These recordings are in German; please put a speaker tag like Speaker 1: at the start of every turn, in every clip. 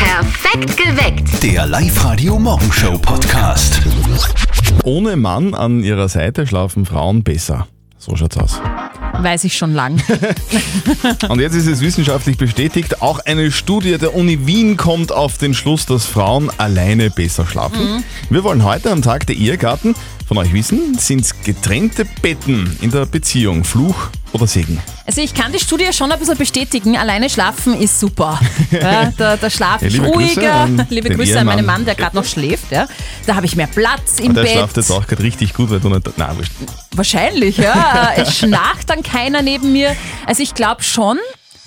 Speaker 1: Perfekt geweckt.
Speaker 2: Der Live-Radio Morgenshow Podcast.
Speaker 3: Ohne Mann an ihrer Seite schlafen Frauen besser. So schaut's aus.
Speaker 4: Weiß ich schon lang.
Speaker 3: Und jetzt ist es wissenschaftlich bestätigt, auch eine Studie der Uni Wien kommt auf den Schluss, dass Frauen alleine besser
Speaker 4: Mhm.
Speaker 3: schlafen. Wir wollen heute am Tag der Ehegatten von euch wissen, sind getrennte Betten in der Beziehung Fluch oder Segen?
Speaker 4: Also ich kann die Studie schon ein bisschen bestätigen. Alleine schlafen ist super. Ja, da, da schlafe
Speaker 3: Ja,
Speaker 4: ich
Speaker 3: liebe Grüße
Speaker 4: ruhiger.
Speaker 3: an
Speaker 4: liebe
Speaker 3: den
Speaker 4: Grüße an meinen
Speaker 3: Ehemann.
Speaker 4: Mann, der gerade noch schläft. Ja. Da habe ich mehr Platz im
Speaker 3: Und der schlaft
Speaker 4: Bett.
Speaker 3: jetzt auch gerade richtig gut, weil du nicht... Nein, wurscht.
Speaker 4: Wahrscheinlich, ja. es schnarcht dann keiner neben mir. Also ich glaube schon,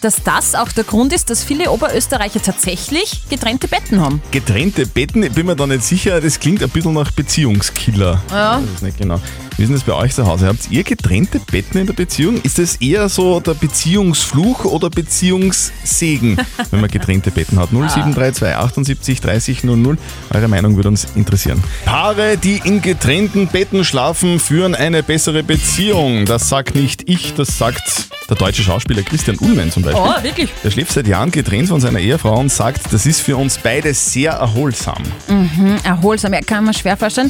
Speaker 4: dass das auch der Grund ist, dass viele Oberösterreicher tatsächlich getrennte Betten haben.
Speaker 3: Getrennte Betten, ich bin mir da nicht sicher, das klingt ein bisschen nach Beziehungskiller. Ja. Das ist nicht genau. Wie ist denn das bei euch zu Hause? Habt ihr getrennte Betten in der Beziehung? Ist das eher so der Beziehungsfluch oder Beziehungssegen, wenn man getrennte Betten
Speaker 4: Ah.
Speaker 3: hat? 0732 78 30 00. Eure Meinung würde uns interessieren. Paare, die in getrennten Betten schlafen, führen eine bessere Beziehung. Das sagt nicht ich, das sagt der deutsche Schauspieler Christian Ullmann zum Beispiel.
Speaker 4: Oh, wirklich?
Speaker 3: Der schläft seit Jahren getrennt von seiner Ehefrau und sagt, das ist für uns beide sehr erholsam.
Speaker 4: Hm, Erholsam, ja, kann man schwer vorstellen.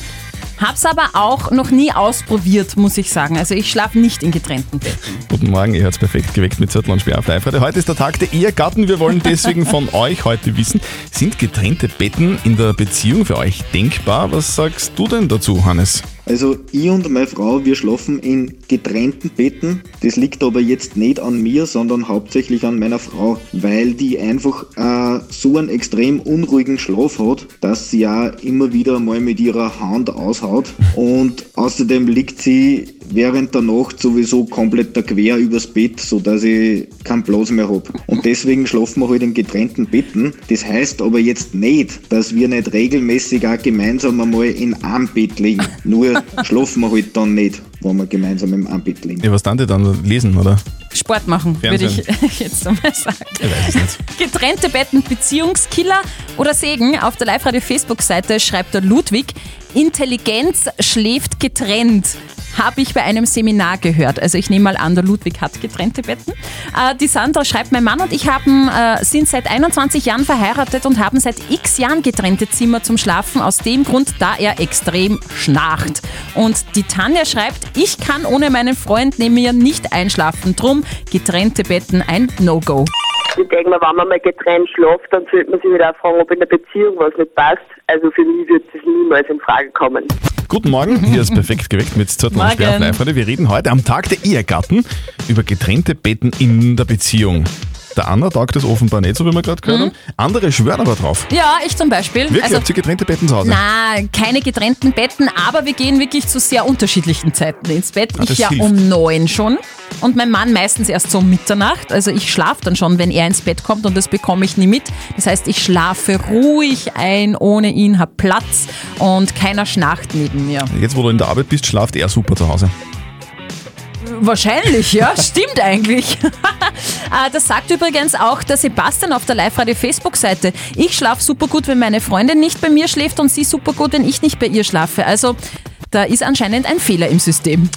Speaker 4: Hab's aber auch noch nie ausprobiert, muss ich sagen. Also ich schlafe nicht in getrennten Betten.
Speaker 3: Guten Morgen, ihr hört's perfekt geweckt mit Zettel und Sperr auf live -Radio. Heute ist der Tag der Ehegatten. Wir wollen deswegen von euch heute wissen, sind getrennte Betten in der Beziehung für euch denkbar? Was sagst du denn dazu, Hannes?
Speaker 5: Also ich und meine Frau, wir schlafen in getrennten Betten. Das liegt aber jetzt nicht an mir, sondern hauptsächlich an meiner Frau, weil die einfach äh, so einen extrem unruhigen Schlaf hat, dass sie ja immer wieder mal mit ihrer Hand aushaut. Und außerdem liegt sie während der Nacht sowieso komplett da quer übers Bett, sodass ich keinen Platz mehr habe. Und deswegen schlafen wir halt in getrennten Betten. Das heißt aber jetzt nicht, dass wir nicht regelmäßig auch gemeinsam einmal in einem Bett liegen. Nur schlafen wir halt dann nicht, wenn wir gemeinsam im einem Bett liegen.
Speaker 3: Ja, was dann die dann lesen, oder?
Speaker 4: Sport machen, würde
Speaker 3: Fernsehen.
Speaker 4: ich jetzt einmal sagen.
Speaker 3: Ich weiß es nicht.
Speaker 4: Getrennte Betten, Beziehungskiller oder Segen? Auf der Live-Radio-Facebook-Seite schreibt der Ludwig, Intelligenz schläft getrennt. Habe ich bei einem Seminar gehört. Also ich nehme mal an, der Ludwig hat getrennte Betten. Äh, die Sandra schreibt, mein Mann und ich haben, äh, sind seit 21 Jahren verheiratet und haben seit x Jahren getrennte Zimmer zum Schlafen. Aus dem Grund, da er extrem schnarcht. Und die Tanja schreibt, ich kann ohne meinen Freund neben mir nicht einschlafen. Drum getrennte Betten ein No-Go.
Speaker 6: Ich denke mir, wenn man mal getrennt schlaft, dann sollte man sich wieder auch fragen, ob in der Beziehung was nicht passt. Also für mich wird das niemals in Frage kommen.
Speaker 3: Guten Morgen, hier ist perfekt geweckt mit Zettel und Sperr auf
Speaker 4: Morgen.
Speaker 3: live -Radio. Wir reden heute am Tag der Ehegatten über getrennte Betten in der Beziehung. Der Anna taugt das offenbar nicht, so wie wir gerade gehört haben. Andere schwören aber drauf.
Speaker 4: Ja, ich zum Beispiel.
Speaker 3: Wirklich,
Speaker 4: Mhm. also,
Speaker 3: habt ihr getrennte Betten zu Hause?
Speaker 4: na, keine getrennten Betten, aber wir gehen wirklich zu sehr unterschiedlichen Zeiten ins Bett.
Speaker 3: Ah, das
Speaker 4: ich ja
Speaker 3: hilft.
Speaker 4: um neun schon und mein Mann meistens erst so um Mitternacht. Also ich schlafe dann schon, wenn er ins Bett kommt und das bekomme ich nie mit. Das heißt, ich schlafe ruhig ein ohne ihn, hab Platz und keiner schnarcht neben mir.
Speaker 3: Jetzt, wo du in der Arbeit bist, schlaft er super zu Hause.
Speaker 4: Wahrscheinlich, ja, stimmt eigentlich. Ah, das sagt übrigens auch der Sebastian auf der Live-Radio-Facebook-Seite. Ich schlafe super gut, wenn meine Freundin nicht bei mir schläft und sie super gut, wenn ich nicht bei ihr schlafe. Also da ist anscheinend ein Fehler im System.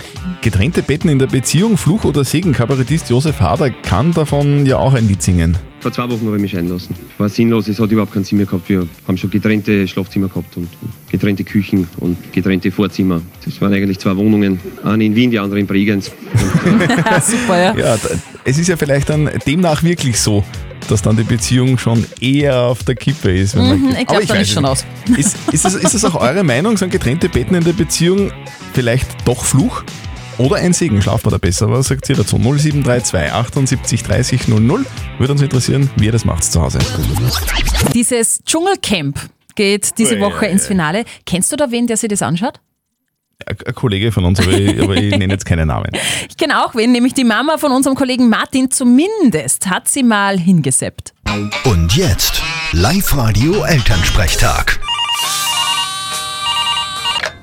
Speaker 3: Getrennte Betten in der Beziehung, Fluch oder Segen, Kabarettist Josef Hader kann davon ja auch ein Lied singen.
Speaker 7: Vor zwei Wochen habe ich mich scheiden lassen. War sinnlos, es hat überhaupt keinen Sinn mehr gehabt. Wir haben schon getrennte Schlafzimmer gehabt und getrennte Küchen und getrennte Vorzimmer. Das waren eigentlich zwei Wohnungen. Eine in Wien, die andere in Bregenz.
Speaker 4: Ja, Ah, super, ja.
Speaker 3: Ja, d- es ist ja vielleicht dann demnach wirklich so, dass dann die Beziehung schon eher auf der Kippe ist. Wenn man
Speaker 4: Mhm, ich glaub,
Speaker 3: Aber
Speaker 4: dann
Speaker 3: weiß
Speaker 4: ist
Speaker 3: es
Speaker 4: schon
Speaker 3: nicht.
Speaker 4: aus.
Speaker 3: Ist, ist, das, ist das auch eure Meinung? Sind getrennte Betten in der Beziehung vielleicht doch Fluch? Oder ein Segen, schlaft man da besser? Was sagt ihr dazu? 0732 78 30 00. Würde uns interessieren, wie ihr das macht zu Hause.
Speaker 4: Dieses Dschungelcamp geht diese Woche ins Finale. Kennst du da wen, der sich das anschaut?
Speaker 3: Ein ein Kollege von uns, aber ich, aber ich nenne jetzt keinen Namen.
Speaker 4: Ich kenne auch wen, nämlich die Mama von unserem Kollegen Martin. Zumindest hat sie mal hingeseppt.
Speaker 2: Und jetzt Live-Radio Elternsprechtag.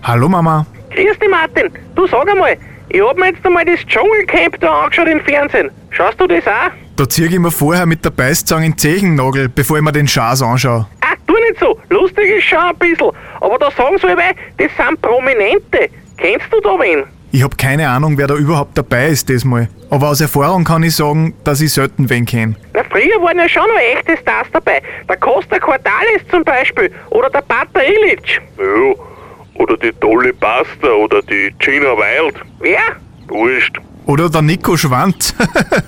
Speaker 8: Hallo Mama.
Speaker 9: Grüß dich, Martin. Du sag einmal, ich hab mir jetzt einmal das Dschungelcamp da angeschaut im Fernsehen. Schaust du das auch?
Speaker 8: Da zieh ich mir vorher mit der Beißzange in den Zehennagel, bevor ich mir den Schaß anschaue.
Speaker 9: Ah, tu nicht so. halt Lustig ist schon ein bisschen. Aber da sagen sie alle, das sind Prominente. Kennst du da wen?
Speaker 8: Ich habe keine Ahnung, wer da überhaupt dabei ist diesmal. Aber aus Erfahrung kann ich sagen, dass ich selten wen kenne.
Speaker 9: Na, früher waren ja schon noch echte Stars dabei. Der Costa Cordalis zum Beispiel oder der Pater Illich.
Speaker 1: Ja, oder die Dolly Pasta oder die Gina Wild.
Speaker 9: Wer?
Speaker 1: Wurscht.
Speaker 8: Oder der Nico Schwand.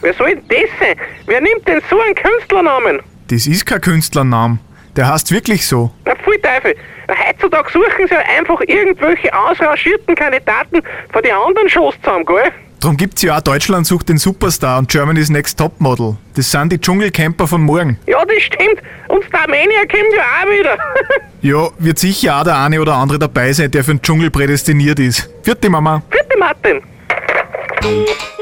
Speaker 9: Wer soll denn das sein? Wer nimmt denn so einen Künstlernamen?
Speaker 8: das ist kein Künstlername. Der heißt wirklich so.
Speaker 9: Na, pfui Teufel. Na, heutzutage suchen sie ja einfach irgendwelche ausrangierten Kandidaten von den anderen Shows zusammen, gell?
Speaker 8: Drum gibt's ja auch Deutschland sucht den Superstar und Germany's Next Topmodel. Das sind die Dschungelcamper von morgen.
Speaker 9: Ja, das stimmt. Und der Armenier kommt ja auch wieder.
Speaker 8: Ja, wird sicher auch der eine oder andere dabei sein, der für den Dschungel prädestiniert ist. Vierte Mama.
Speaker 9: Bitte, Martin.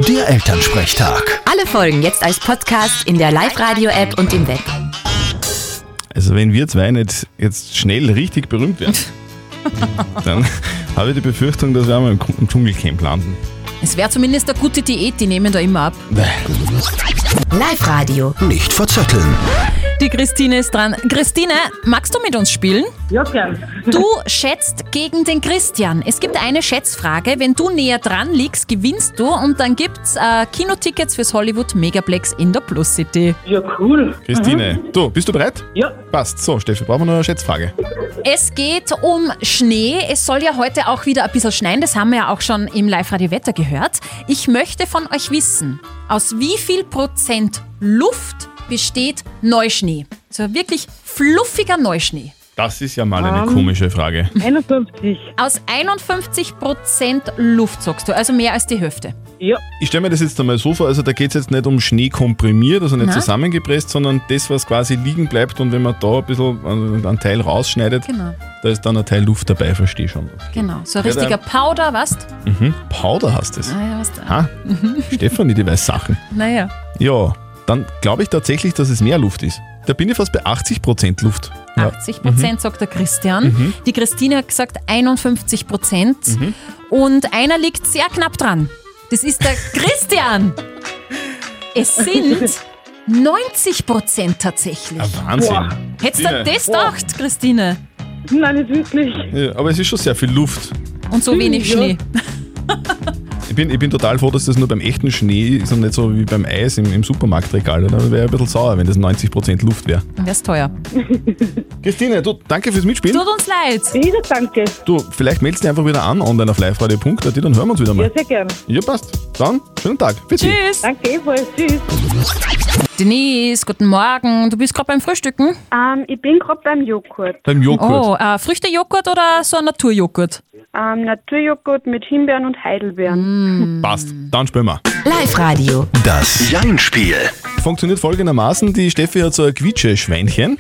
Speaker 2: Der Elternsprechtag.
Speaker 10: Alle Folgen jetzt als Podcast in der Live-Radio-App und im Web.
Speaker 3: Also wenn wir zwei nicht jetzt schnell richtig berühmt werden, dann habe ich die Befürchtung, dass wir einmal im Dschung- im Dschungelcamp landen.
Speaker 4: Es wäre zumindest eine gute Diät, die nehmen da immer ab.
Speaker 10: Live-Radio.
Speaker 2: Nicht verzetteln.
Speaker 4: Die Christine ist dran. Christine, magst du mit uns spielen?
Speaker 11: Ja, gern.
Speaker 4: Du schätzt gegen den Christian. Es gibt eine Schätzfrage. Wenn du näher dran liegst, gewinnst du und dann gibt's äh, Kinotickets fürs Hollywood Megaplex in der Plus City.
Speaker 11: Ja, cool.
Speaker 3: Christine, du, bist du bereit?
Speaker 11: Ja,
Speaker 3: Passt. So, Steffi, brauchen wir noch eine Schätzfrage.
Speaker 4: Es geht um Schnee. Es soll ja heute auch wieder ein bisschen schneien. Das haben wir ja auch schon im Live-Radio Wetter gehört. Ich möchte von euch wissen, aus wie viel Prozent Luft besteht Neuschnee? So wirklich fluffiger Neuschnee.
Speaker 3: Das ist ja mal eine komische Frage.
Speaker 11: 51.
Speaker 4: Aus 51 Prozent Luft, sagst du. Also mehr als die Hälfte.
Speaker 11: Ja,
Speaker 3: Ich stelle mir das jetzt einmal so vor, also da geht es jetzt nicht um Schnee komprimiert, also nicht zusammengepresst, sondern das, was quasi liegen bleibt und wenn man da ein bisschen an- einen Teil rausschneidet,
Speaker 4: Genau.
Speaker 3: da ist dann ein Teil Luft dabei, verstehe schon.
Speaker 4: Genau. So ein
Speaker 3: Ja,
Speaker 4: richtiger Powder, was?
Speaker 3: Mhm. Powder hast es.
Speaker 4: Naja, was da?
Speaker 3: Ha, Stefanie, die weiß Sachen.
Speaker 4: Naja.
Speaker 3: Ja, dann glaube ich tatsächlich, dass es mehr Luft ist. Da bin ich fast bei 80% Luft. Ja. Mhm.
Speaker 4: 80 Prozent, sagt der Christian. Die Christine hat gesagt 51 Prozent.
Speaker 3: Mhm.
Speaker 4: Und einer liegt sehr knapp dran. Das ist der Christian. Es sind 90 Prozent tatsächlich.
Speaker 3: Ah, Wahnsinn.
Speaker 4: Hättest du
Speaker 3: Christine.
Speaker 4: das
Speaker 11: Oh.
Speaker 4: gedacht, Christine?
Speaker 11: nein, nicht wirklich.
Speaker 3: Ja, aber es ist schon sehr viel Luft.
Speaker 4: Und so wenig
Speaker 11: Hm, Ja.
Speaker 4: Schnee.
Speaker 3: Ich bin, ich bin total froh, dass das nur beim echten Schnee ist und nicht so wie beim Eis im, im Supermarktregal. Dann wäre ich ein bisschen sauer, wenn das 90% Luft wäre.
Speaker 4: Dann wär's teuer.
Speaker 3: Christine, du, danke fürs Mitspielen.
Speaker 4: Tut uns leid.
Speaker 11: Wieder danke.
Speaker 3: Du, vielleicht meldest dich einfach wieder an online auf liveradio.at, dann hören wir uns wieder
Speaker 11: Ja,
Speaker 3: mal.
Speaker 11: sehr gern.
Speaker 3: Ja, passt. Dann, schönen Tag. Bitte.
Speaker 4: Tschüss.
Speaker 11: Danke, ebenfalls. Tschüss.
Speaker 4: Denise, guten Morgen. Du bist gerade beim Frühstücken.
Speaker 12: Ähm, ich bin gerade beim Joghurt.
Speaker 3: Beim Joghurt.
Speaker 4: Oh, äh, Früchtejoghurt oder so ein Naturjoghurt?
Speaker 12: Ähm, Naturjoghurt mit Himbeeren und Heidelbeeren.
Speaker 3: Passt. Dann spielen wir.
Speaker 10: Live-Radio.
Speaker 2: Das Jein-Spiel.
Speaker 3: Funktioniert folgendermaßen: Die Steffi hat so ein Quietsche-Schweinchen.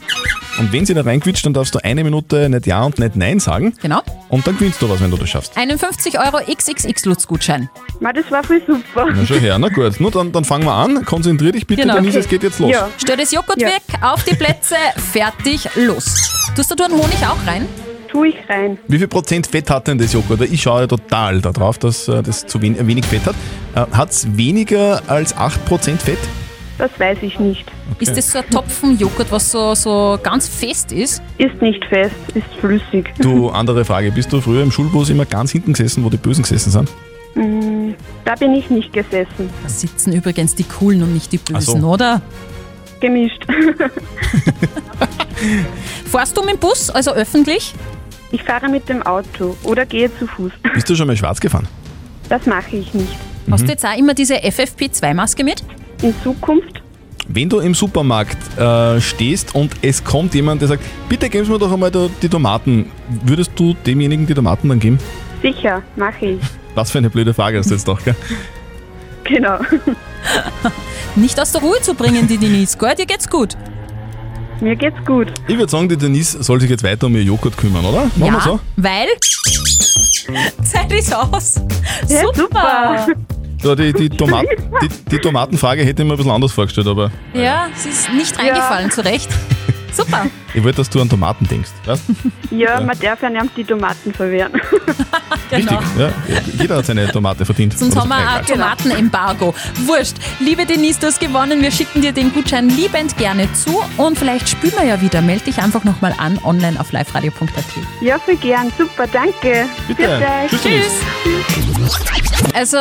Speaker 3: Und wenn sie da reinquitscht, dann darfst du eine Minute nicht Ja und nicht Nein sagen.
Speaker 4: Genau.
Speaker 3: Und dann gewinnst du was, wenn du das schaffst.
Speaker 4: Einen 50 Euro XXX-Lutz-Gutschein.
Speaker 12: Ma, das war voll super.
Speaker 3: Na schon her, na gut. Nur dann, dann fangen wir an. Konzentrier dich bitte,
Speaker 4: Genau.
Speaker 3: Denise, es geht jetzt los.
Speaker 12: Ja,
Speaker 4: Stell das Joghurt
Speaker 12: Ja.
Speaker 4: weg, auf die Plätze, fertig, los. Tust du da einen Honig auch rein?
Speaker 12: tu ich rein.
Speaker 3: Wie viel Prozent Fett hat denn das Joghurt? Weil Ich schaue ja total darauf, dass äh, das zu wen wenig Fett hat. Hat es weniger als 8% Fett?
Speaker 12: Das weiß ich nicht.
Speaker 4: Ist das so ein Topfen-Joghurt, was so, so ganz fest ist?
Speaker 12: Ist nicht fest, ist flüssig.
Speaker 3: Du, andere Frage. Bist du früher im Schulbus immer ganz hinten gesessen, wo die Bösen gesessen sind?
Speaker 12: Da bin ich nicht gesessen.
Speaker 4: Da sitzen übrigens die Coolen und nicht die
Speaker 3: Ach so.
Speaker 4: Bösen, oder?
Speaker 12: Gemischt.
Speaker 4: Fahrst du mit dem Bus, also öffentlich?
Speaker 12: Ich fahre mit dem Auto oder gehe zu Fuß.
Speaker 3: Bist du schon mal schwarz gefahren?
Speaker 12: Das mache ich nicht.
Speaker 3: Mhm.
Speaker 4: Hast du jetzt auch immer diese FFP2-Maske mit?
Speaker 12: In Zukunft
Speaker 3: Wenn du im Supermarkt äh, stehst und es kommt jemand, der sagt, bitte geben Sie mir doch einmal da die Tomaten, würdest du demjenigen die Tomaten dann geben?
Speaker 12: sicher mache ich.
Speaker 3: Was für eine blöde Frage hast du jetzt doch, gell?
Speaker 12: Genau.
Speaker 4: Nicht aus der Ruhe zu bringen, die Denise, gell? Dir geht's gut.
Speaker 12: Mir geht's gut.
Speaker 3: Ich würde sagen, die Denise soll sich jetzt weiter um ihr Joghurt kümmern, oder? Machen wir so?
Speaker 4: weil... Zeit ist aus.
Speaker 12: Ja,
Speaker 4: super.
Speaker 3: Ja, die, die, Tomat die, die Tomatenfrage hätte ich mir ein bisschen anders vorgestellt, aber
Speaker 4: Ja, sie ist nicht reingefallen, zu Recht. Super.
Speaker 3: Ich wollte, dass du an Tomaten denkst. Weißt?
Speaker 12: Ja, man darf ja nicht die Tomaten verwehren.
Speaker 3: Richtig. Ja. Jeder hat seine Tomate verdient.
Speaker 4: Genau. Sonst
Speaker 3: Oder
Speaker 4: haben wir
Speaker 3: so.
Speaker 4: ein Tomatenembargo. Wurscht. Liebe Denise, du hast gewonnen. Wir schicken dir den Gutschein liebend gerne zu. Und vielleicht spielen wir ja wieder. Meld dich einfach nochmal an online auf liveradio.at.
Speaker 12: Ja, voll gern. Super, danke.
Speaker 3: Bitte.
Speaker 12: Grüß euch.
Speaker 3: Tschüss, Denise.
Speaker 4: Also,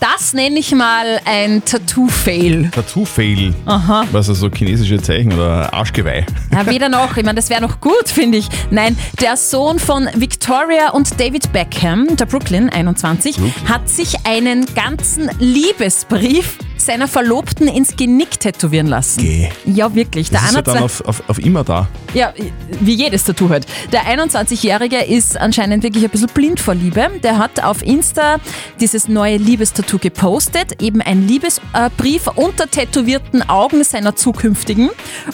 Speaker 4: das nenne ich mal ein Tattoo-Fail.
Speaker 3: Tattoo-Fail.
Speaker 4: Aha.
Speaker 3: Was ist so chinesische Zeichen oder Arschgeweih?
Speaker 4: Ja, weder noch. Ich meine, das wäre noch gut, finde ich. Nein, der Sohn von Victoria und David Beckham, der Brooklyn 21, hat sich einen ganzen Liebesbrief seiner Verlobten ins Genick tätowieren lassen.
Speaker 3: Geh.
Speaker 4: Ja, wirklich.
Speaker 3: Das ist ja
Speaker 4: hat
Speaker 3: dann
Speaker 4: sein-
Speaker 3: auf, auf, auf immer da.
Speaker 4: ja, wie jedes Tattoo halt. Der 21-Jährige ist anscheinend wirklich ein bisschen blind vor Liebe. Der hat auf Insta dieses neue Liebestattoo gepostet, eben ein Liebesbrief unter tätowierten Augen seiner zukünftigen.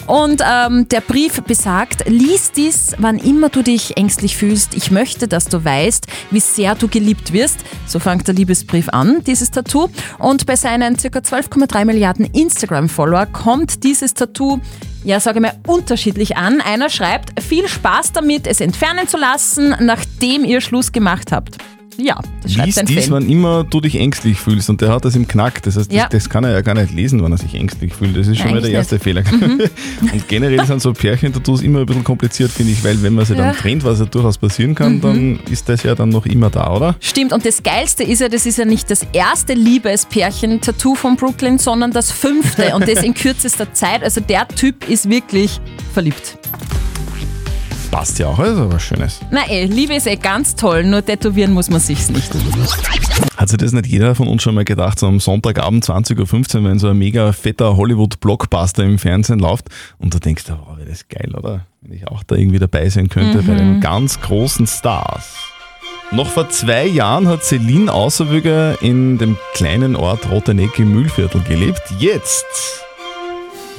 Speaker 4: Und ähm, der Brief besagt, lies dies, wann immer du dich ängstlich fühlst. Ich möchte, dass du weißt, wie sehr du geliebt wirst. So fängt der Liebesbrief an, dieses Tattoo. Und bei seinen ca. 12,3 Milliarden Instagram-Follower kommt dieses Tattoo ja, sage ich mal, unterschiedlich an. Einer schreibt, viel Spaß damit, es entfernen zu lassen, nachdem ihr Schluss gemacht habt. Ja, das schreibt
Speaker 3: Lies
Speaker 4: ein
Speaker 3: dies,
Speaker 4: Fan.
Speaker 3: wann immer du dich ängstlich fühlst. Und der hat das im Knack. Das heißt,
Speaker 4: Ja.
Speaker 3: das, das kann er ja gar nicht lesen, wann er sich ängstlich fühlt. Das ist schon mal der
Speaker 4: Eigentlich
Speaker 3: erste
Speaker 4: nicht. Mhm.
Speaker 3: Fehler. Und generell sind so Pärchen-Tattoos immer ein bisschen kompliziert, finde ich, weil wenn man sie
Speaker 4: Ja. Mhm.
Speaker 3: dann trennt, was ja durchaus passieren kann, dann ist das ja dann noch immer da, oder?
Speaker 4: Stimmt, und das Geilste ist ja, das ist ja nicht das erste Liebespärchen-Tattoo von Brooklyn, sondern das fünfte und das in kürzester Zeit. Also der Typ ist wirklich verliebt.
Speaker 3: Passt ja auch, also was Schönes.
Speaker 4: Na eh, Liebe ist eh ganz toll, nur tätowieren muss man sich's nicht.
Speaker 3: Hat sich das nicht jeder von uns schon mal gedacht, so am Sonntagabend 20.15 Uhr, wenn so ein mega fetter Hollywood-Blockbuster im Fernsehen läuft und du denkst, dir, wow, wäre das geil, oder? Wenn ich auch da irgendwie dabei sein könnte bei
Speaker 13: Mhm.
Speaker 3: den ganz großen Stars. Noch vor zwei Jahren hat Celine Außerwürger in dem kleinen Ort Rotenegg im Mühlviertel gelebt. Jetzt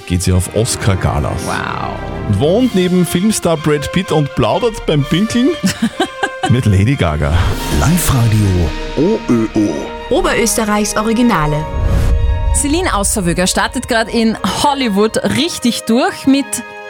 Speaker 3: geht sie auf Oscar-Galas. Wow. Wohnt neben Filmstar Brad Pitt und plaudert beim Pinkeln mit Lady Gaga.
Speaker 2: Live-Radio OÖO.
Speaker 4: Oberösterreichs Originale. Celine Außerwöger startet gerade in Hollywood richtig durch mit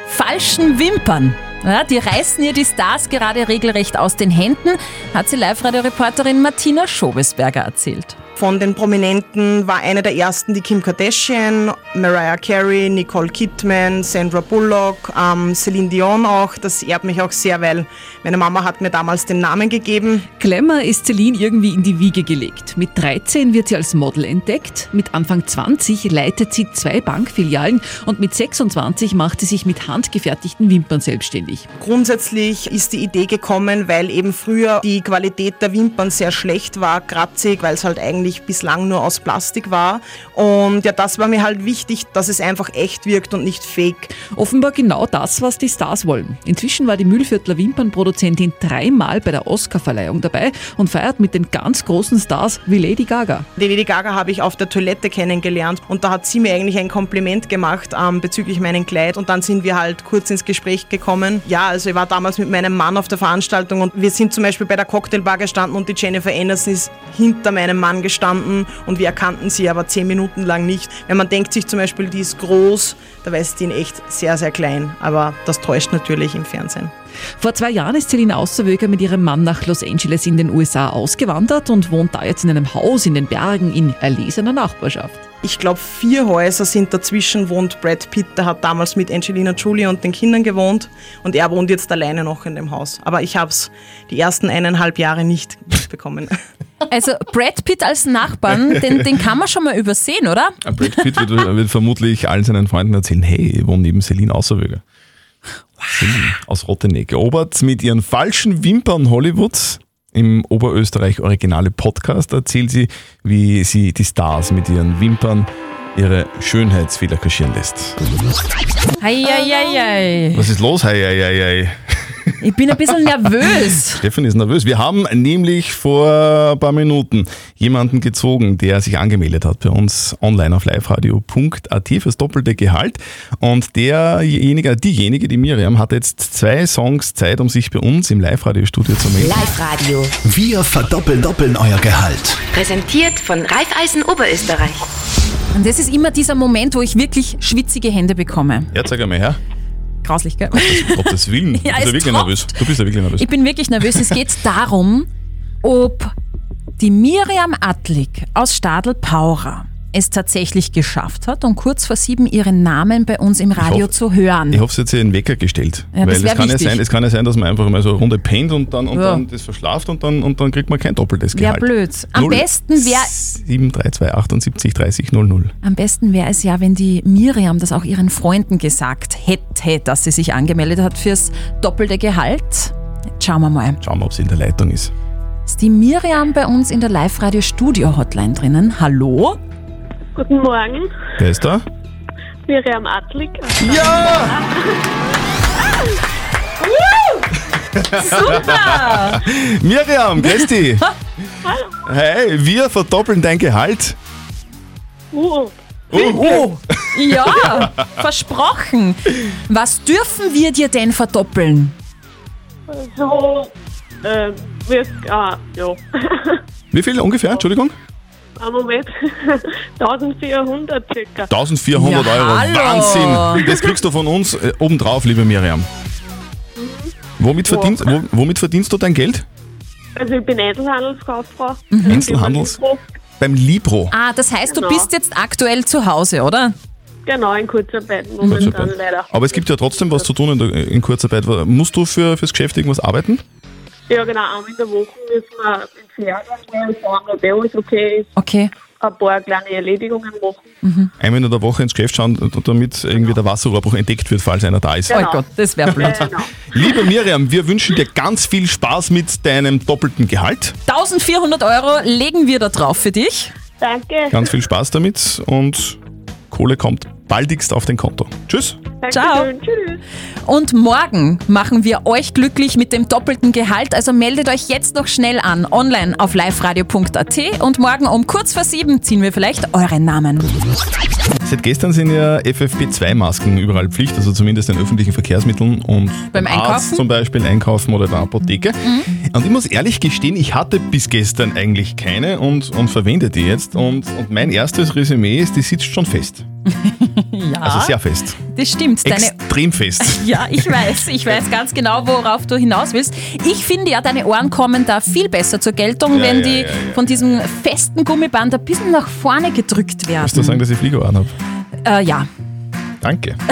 Speaker 4: falschen Wimpern. Ja, die reißen ihr die Stars gerade regelrecht aus den Händen, hat sie Live-Radio-Reporterin Martina Schobesberger erzählt.
Speaker 14: Von den Prominenten war eine der ersten die Kim Kardashian, Mariah Carey, Nicole Kidman, Sandra Bullock, ähm, Celine Dion auch. Das ehrt mich auch sehr, weil meine Mama hat mir damals den Namen gegeben.
Speaker 15: Glamour ist Celine irgendwie in die Wiege gelegt. Mit 13 wird sie als Model entdeckt, mit Anfang 20 leitet sie zwei Bankfilialen und mit 26 macht sie sich mit handgefertigten Wimpern selbstständig.
Speaker 14: Grundsätzlich ist die Idee gekommen, weil eben früher die Qualität der Wimpern sehr schlecht war, kratzig, weil es halt eigentlich bislang nur aus Plastik war. Und ja, das war mir halt wichtig, dass es einfach echt wirkt und nicht fake.
Speaker 15: Offenbar genau das, was die Stars wollen. Inzwischen war die Mühlviertler Wimpernproduzentin dreimal bei der Oscarverleihung dabei und feiert mit den ganz großen Stars wie Lady Gaga.
Speaker 14: Die Lady Gaga habe ich auf der Toilette kennengelernt und da hat sie mir eigentlich ein Kompliment gemacht ähm, bezüglich meinem Kleid und dann sind wir halt kurz ins Gespräch gekommen. Ja, also ich war damals mit meinem Mann auf der Veranstaltung und wir sind zum Beispiel bei der Cocktailbar gestanden und die Jennifer Aniston ist hinter meinem Mann gestanden und wir erkannten sie aber zehn Minuten lang nicht. Wenn man denkt sich zum Beispiel, die ist groß, dabei ist die in echt sehr, sehr klein, aber das täuscht natürlich im Fernsehen.
Speaker 15: Vor zwei Jahren ist Celine Außerwöger mit ihrem Mann nach Los Angeles in den USA ausgewandert und wohnt da jetzt in einem Haus in den Bergen in erlesener Nachbarschaft.
Speaker 14: Ich glaube, vier Häuser sind dazwischen, wohnt Brad Pitt, der hat damals mit Angelina Jolie und den Kindern gewohnt und er wohnt jetzt alleine noch in dem Haus. Aber ich habe es die ersten eineinhalb Jahre nicht mitbekommen.
Speaker 4: Also Brad Pitt als Nachbarn, den, den kann man schon mal übersehen, oder?
Speaker 3: Äh, Brad Pitt wird, wird vermutlich allen seinen Freunden erzählen, hey, ich wohne neben Celine Außerwöger. Celine aus Rottenegg. Erobert mit ihren falschen Wimpern Hollywoods. Im Oberösterreich originale Podcast erzählt sie, wie sie die Stars mit ihren Wimpern ihre Schönheitsfehler kaschieren lässt.
Speaker 4: Eieiei.
Speaker 3: Was ist los? Hei, hei, hei, hei.
Speaker 4: Ich bin ein bisschen nervös.
Speaker 3: Stefan ist nervös. Wir haben nämlich vor ein paar Minuten jemanden gezogen, der sich angemeldet hat bei uns online auf liveradio.at fürs doppelte Gehalt. Und derjenige, äh, diejenige, die Miriam, hat jetzt zwei Songs Zeit, um sich bei uns im Live-Radio-Studio zu melden.
Speaker 10: Live-Radio.
Speaker 2: Wir verdoppeln doppeln euer Gehalt.
Speaker 10: Präsentiert von Raiffeisen Oberösterreich.
Speaker 4: Und das ist immer dieser Moment, wo ich wirklich schwitzige Hände bekomme.
Speaker 3: Ja, zeig einmal her.
Speaker 4: grauslich, gell?
Speaker 3: Um Gottes Willen. Du
Speaker 4: Ja,
Speaker 3: bist
Speaker 4: es
Speaker 3: ja wirklich
Speaker 4: tropft.
Speaker 3: nervös. Du bist ja wirklich nervös.
Speaker 4: Ich bin wirklich nervös. Es geht darum, ob die Miriam Atlik aus Stadl-Paura es tatsächlich geschafft hat, um kurz vor sieben ihren Namen bei uns im Radio
Speaker 3: hoffe-
Speaker 4: zu hören.
Speaker 3: Ich hoffe, sie hat sich einen Wecker gestellt.
Speaker 4: Ja, das
Speaker 3: weil
Speaker 4: wär
Speaker 3: es kann, ja
Speaker 4: wichtig.
Speaker 3: sein, es kann ja sein, dass man einfach mal so eine Runde pennt und dann, und
Speaker 4: Ja.
Speaker 3: dann das verschlaft und dann, und dann kriegt man kein doppeltes
Speaker 4: Wär
Speaker 3: Gehalt.
Speaker 4: blöd. Am besten wär-
Speaker 3: 7328 30 00.
Speaker 4: Am besten wäre es ja, wenn die Miriam das auch ihren Freunden gesagt hätte, dass sie sich angemeldet hat fürs doppelte Gehalt. Jetzt schauen wir mal.
Speaker 3: Schauen wir, ob sie in der Leitung ist.
Speaker 4: Ist die Miriam bei uns in der Live-Radio-Studio-Hotline drinnen? Hallo?
Speaker 12: Guten Morgen,
Speaker 3: Wer ist da?
Speaker 12: Miriam Adlik.
Speaker 3: Ja!
Speaker 4: Super!
Speaker 3: Miriam, grüß dich.
Speaker 12: Hallo.
Speaker 3: Hey, wir verdoppeln dein Gehalt.
Speaker 12: Oh,
Speaker 4: Oh, ja, versprochen. Was dürfen wir dir denn verdoppeln?
Speaker 12: so, äh, wir, ah, ja,
Speaker 3: Wie viel ungefähr? Entschuldigung?
Speaker 12: einen Moment, 1400 circa.
Speaker 3: 1400
Speaker 12: Ja,
Speaker 3: Euro.
Speaker 12: hallo.
Speaker 3: Wahnsinn. Das kriegst du von uns äh, obendrauf, liebe
Speaker 4: Mhm.
Speaker 3: Miriam. Womit verdienst, wo, womit verdienst du dein Geld?
Speaker 12: Also ich bin Also Einzelhandelskauffrau.
Speaker 3: Einzelhandels? Beim Libro.
Speaker 4: Ah, das heißt, du
Speaker 12: Genau.
Speaker 4: bist jetzt aktuell zu Hause, oder?
Speaker 12: Genau, in Kurzarbeit momentan leider.
Speaker 3: Aber es gibt ja trotzdem was zu tun in, der, in Kurzarbeit. Musst du für, fürs Geschäft irgendwas arbeiten?
Speaker 12: Ja, genau, einmal in der Woche müssen wir ins Fernsehen gehen, schauen, ob eh alles okay ist.
Speaker 4: Okay. Oh
Speaker 12: Ein paar kleine Erledigungen machen.
Speaker 3: Einmal in der Woche ins Geschäft schauen, damit irgendwie der Wasserrohrbruch entdeckt wird, falls einer da ist. Ah.
Speaker 12: Genau. Oh Gott,
Speaker 4: das wäre blöd.
Speaker 3: Liebe Miriam, wir wünschen dir ganz viel Spaß mit deinem doppelten Gehalt.
Speaker 4: 1400 Euro legen wir da drauf für dich.
Speaker 12: Danke.
Speaker 3: Ganz viel Spaß damit und Kohle kommt baldigst auf dein Konto. Tschüss.
Speaker 4: Ciao.
Speaker 12: Tschüss.
Speaker 4: Und morgen machen wir euch glücklich mit dem doppelten Gehalt. Also meldet euch jetzt noch schnell an, online auf liveradio.at und morgen um kurz vor sieben ziehen wir vielleicht euren Namen.
Speaker 3: Seit gestern sind ja FFP2-Masken überall Pflicht, also zumindest in öffentlichen Verkehrsmitteln und
Speaker 4: Beim
Speaker 3: Arzt
Speaker 4: Einkaufen? Mhm.
Speaker 3: zum Beispiel einkaufen oder in der Apotheke. Und ich muss ehrlich gestehen, ich hatte bis gestern eigentlich keine und, und verwende die jetzt. Und, und mein erstes Resümee ist, die sitzt schon fest.
Speaker 4: Ja,
Speaker 3: Also sehr fest.
Speaker 4: das stimmt. Ah. Deine
Speaker 3: Extrem fest.
Speaker 4: ja, ich weiß. Ich weiß ganz genau, worauf du hinaus willst. Ich finde ja, deine Ohren kommen da viel besser zur Geltung,
Speaker 3: Ja,
Speaker 4: wenn
Speaker 3: ja,
Speaker 4: die
Speaker 3: ja, ja.
Speaker 4: von diesem festen Gummiband ein bisschen nach vorne gedrückt werden.
Speaker 3: Willst du sagen, dass ich Fliegerohren habe?
Speaker 4: Äh, ja.
Speaker 3: Danke.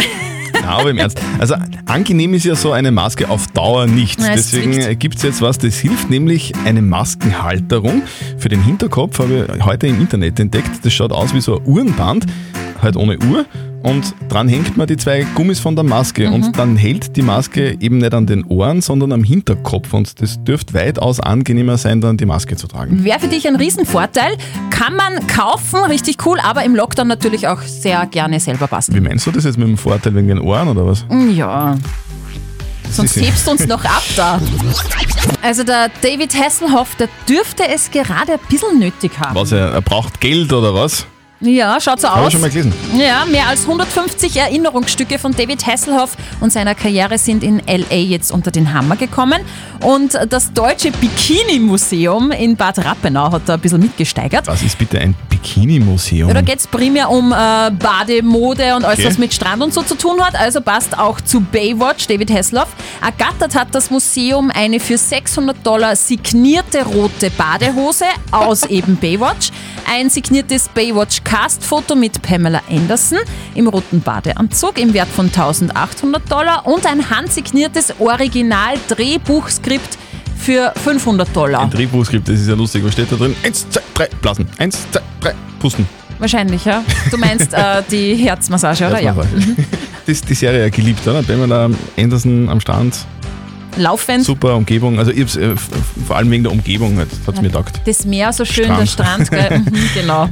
Speaker 3: Na, aber im Ernst. Also angenehm ist ja so eine Maske auf Dauer nicht.
Speaker 4: Na, es
Speaker 3: Deswegen
Speaker 4: zwickt.
Speaker 3: gibt es jetzt was, das hilft, nämlich eine Maskenhalterung. Für den Hinterkopf habe ich heute im Internet entdeckt. Das schaut aus wie so ein Uhrenband, halt ohne Uhr. Und dran hängt man die zwei Gummis von der Maske
Speaker 4: Mhm.
Speaker 3: und dann hält die Maske eben nicht an den Ohren, sondern am Hinterkopf. Und das dürfte weitaus angenehmer sein, dann die Maske zu tragen.
Speaker 4: Wäre für dich ein Riesenvorteil. Kann man kaufen, richtig cool, aber im Lockdown natürlich auch sehr gerne selber
Speaker 3: Wie
Speaker 4: basteln.
Speaker 3: meinst du das jetzt mit dem Vorteil wegen den Ohren oder was?
Speaker 4: Ja. Sonst hebst du uns noch ab da. Also der David Hasselhoff, der dürfte es gerade ein bisschen nötig haben.
Speaker 3: Was, er, er braucht Geld oder was?
Speaker 4: Ja, schaut so
Speaker 3: Habe
Speaker 4: aus.
Speaker 3: ich schon mal gelesen.
Speaker 4: Ja, mehr als 150 Erinnerungsstücke von David Hasselhoff und seiner Karriere sind in LA jetzt unter den Hammer gekommen. Und das Deutsche Bikini-Museum in Bad Rappenau hat da ein bisschen mitgesteigert.
Speaker 3: Was ist bitte ein Bikini-Museum?
Speaker 4: Ja, da geht es primär um äh, Bademode und alles,
Speaker 3: Okay.
Speaker 4: was mit Strand und so zu tun hat. Also passt auch zu Baywatch, David Hasselhoff. Ergattert hat das Museum eine für 600 Dollar signierte rote Badehose aus eben Baywatch. Ein signiertes Baywatch-Cast-Foto mit Pamela Anderson im roten Badeanzug im Wert von 1800 Dollar und ein handsigniertes Original-Drehbuchskript für 500 Dollar.
Speaker 3: Ein Drehbuchskript, das ist ja lustig. Was steht da drin? Eins, zwei, drei, blasen. Eins, zwei, drei, pusten.
Speaker 4: Wahrscheinlich, ja. Du meinst äh, die Herzmassage, oder?
Speaker 3: Erstmal
Speaker 4: Ja.
Speaker 3: rein. Das ist die Serie ja geliebt, oder? Pamela Anderson am Strand.
Speaker 4: Laufwand.
Speaker 3: Super Umgebung. Also ich hab's, äh, f- vor allem wegen der Umgebung hat es mir gedacht.
Speaker 4: Das Meer so schön,
Speaker 3: Strand.
Speaker 4: der Strand, gell? Mhm, genau.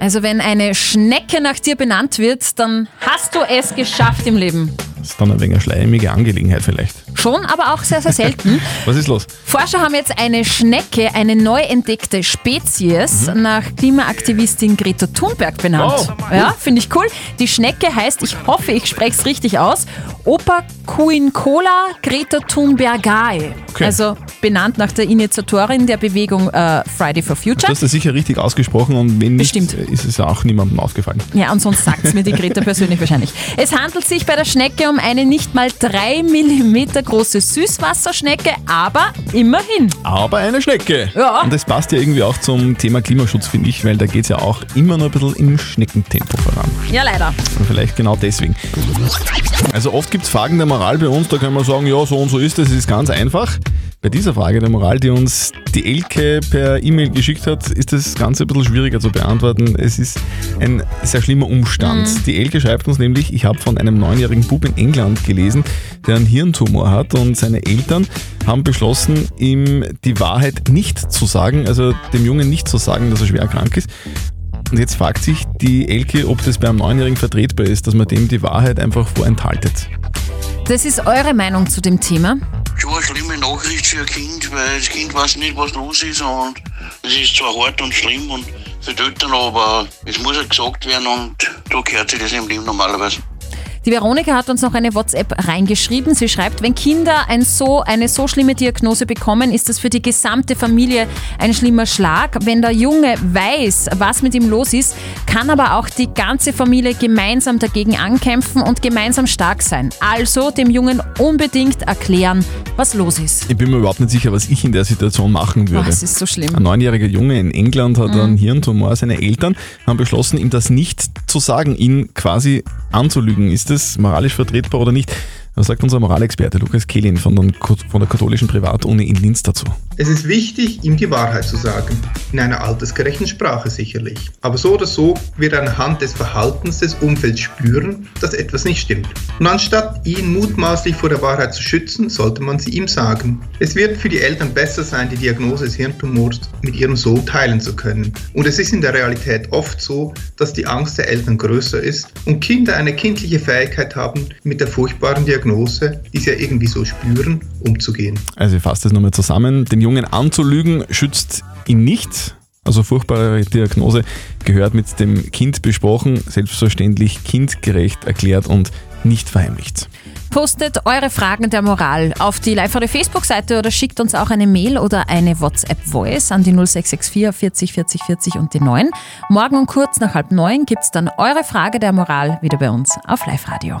Speaker 4: Also wenn eine Schnecke nach dir benannt wird, dann hast du es geschafft im Leben.
Speaker 3: Das ist dann ein wenig eine schleimige Angelegenheit vielleicht.
Speaker 4: Schon, aber auch sehr, sehr selten.
Speaker 3: Was ist los?
Speaker 4: Forscher haben jetzt eine Schnecke, eine neu entdeckte Spezies, nach Klimaaktivistin Greta Thunberg benannt.
Speaker 13: Oh.
Speaker 4: Ja, finde ich cool. Die Schnecke heißt, ich hoffe, ich spreche es richtig aus, Opaquincola Greta Thunbergae.
Speaker 3: Okay.
Speaker 4: Also benannt nach der Initiatorin der Bewegung äh, Friday for
Speaker 3: Du
Speaker 4: Future.
Speaker 3: hast das sicher richtig ausgesprochen und wenn nicht, äh, ist es ja auch niemandem aufgefallen.
Speaker 4: Ja, und sonst sagt es mir die Greta persönlich wahrscheinlich. Es handelt sich bei der Schnecke um eine nicht mal 3 mm große Süßwasserschnecke, aber immerhin.
Speaker 3: Aber eine Schnecke.
Speaker 4: Ja.
Speaker 3: Und das passt ja irgendwie auch zum Thema Klimaschutz, finde ich, weil da geht es ja auch immer nur ein bisschen im Schneckentempo voran.
Speaker 4: Ja, leider.
Speaker 3: Und vielleicht genau deswegen. Also oft gibt es Fragen der Moral bei uns, da können wir sagen, ja, so und so ist es, es ist ganz einfach. Bei dieser Frage der Moral, die uns die Elke per E-Mail geschickt hat, ist das Ganze ein bisschen schwieriger zu beantworten. Es ist ein sehr schlimmer Umstand.
Speaker 16: Mhm.
Speaker 3: Die Elke schreibt uns nämlich, ich habe von einem neunjährigen Bub in England gelesen, der einen Hirntumor hat und seine Eltern haben beschlossen, ihm die Wahrheit nicht zu sagen, also dem Jungen nicht zu sagen, dass er schwer krank ist. Und jetzt fragt sich die Elke, ob das bei einem Neunjährigen vertretbar ist, dass man dem die Wahrheit einfach vorenthaltet.
Speaker 4: Das ist eure Meinung zu dem Thema.
Speaker 14: schon eine schlimme Nachricht für ein Kind, weil das Kind weiß nicht, was los ist und es ist zwar hart und schlimm und für die Eltern, aber es muss halt gesagt werden und da gehört sich das im Leben normalerweise.
Speaker 4: Die Veronika hat uns noch eine WhatsApp reingeschrieben. Sie schreibt, wenn Kinder ein so, eine so schlimme Diagnose bekommen, ist das für die gesamte Familie ein schlimmer Schlag. Wenn der Junge weiß, was mit ihm los ist, kann aber auch die ganze Familie gemeinsam dagegen ankämpfen und gemeinsam stark sein. Also dem Jungen unbedingt erklären, was los ist.
Speaker 3: Ich bin mir überhaupt nicht sicher, was ich in der Situation machen würde.
Speaker 4: Ah, es ist so schlimm.
Speaker 3: Ein neunjähriger Junge in England hat
Speaker 4: Mhm.
Speaker 3: einen Hirntumor. Seine Eltern haben beschlossen, ihm das nicht zu sagen, ihn quasi anzulügen. Ist das moralisch vertretbar oder nicht? Was sagt unser Moralexperte Lukas Kehlin von, den, von der katholischen Privatuni in Linz dazu?
Speaker 5: Es ist wichtig, ihm die Wahrheit zu sagen. In einer altersgerechten Sprache sicherlich. Aber so oder so wird er anhand des Verhaltens des Umfelds spüren, dass etwas nicht stimmt. Und anstatt ihn mutmaßlich vor der Wahrheit zu schützen, sollte man sie ihm sagen. Es wird für die Eltern besser sein, die Diagnose des Hirntumors mit ihrem Sohn teilen zu können. Und es ist in der Realität oft so, dass die Angst der Eltern größer ist und Kinder eine kindliche Fähigkeit haben, mit der furchtbaren Diagnose, die sie ja irgendwie so spüren, umzugehen.
Speaker 3: Also ich fasse das nochmal zusammen. Den Jungen anzulügen schützt ihn nicht. Also furchtbare Diagnose gehört mit dem Kind besprochen, selbstverständlich kindgerecht erklärt und nicht verheimlicht.
Speaker 4: Postet eure Fragen der Moral auf die live oder Facebook-Seite oder schickt uns auch eine Mail oder eine WhatsApp-Voice an die 0664 40 40 40 und die 9. Morgen um kurz nach halb neun gibt's dann eure Frage der Moral wieder bei uns auf Live-Radio.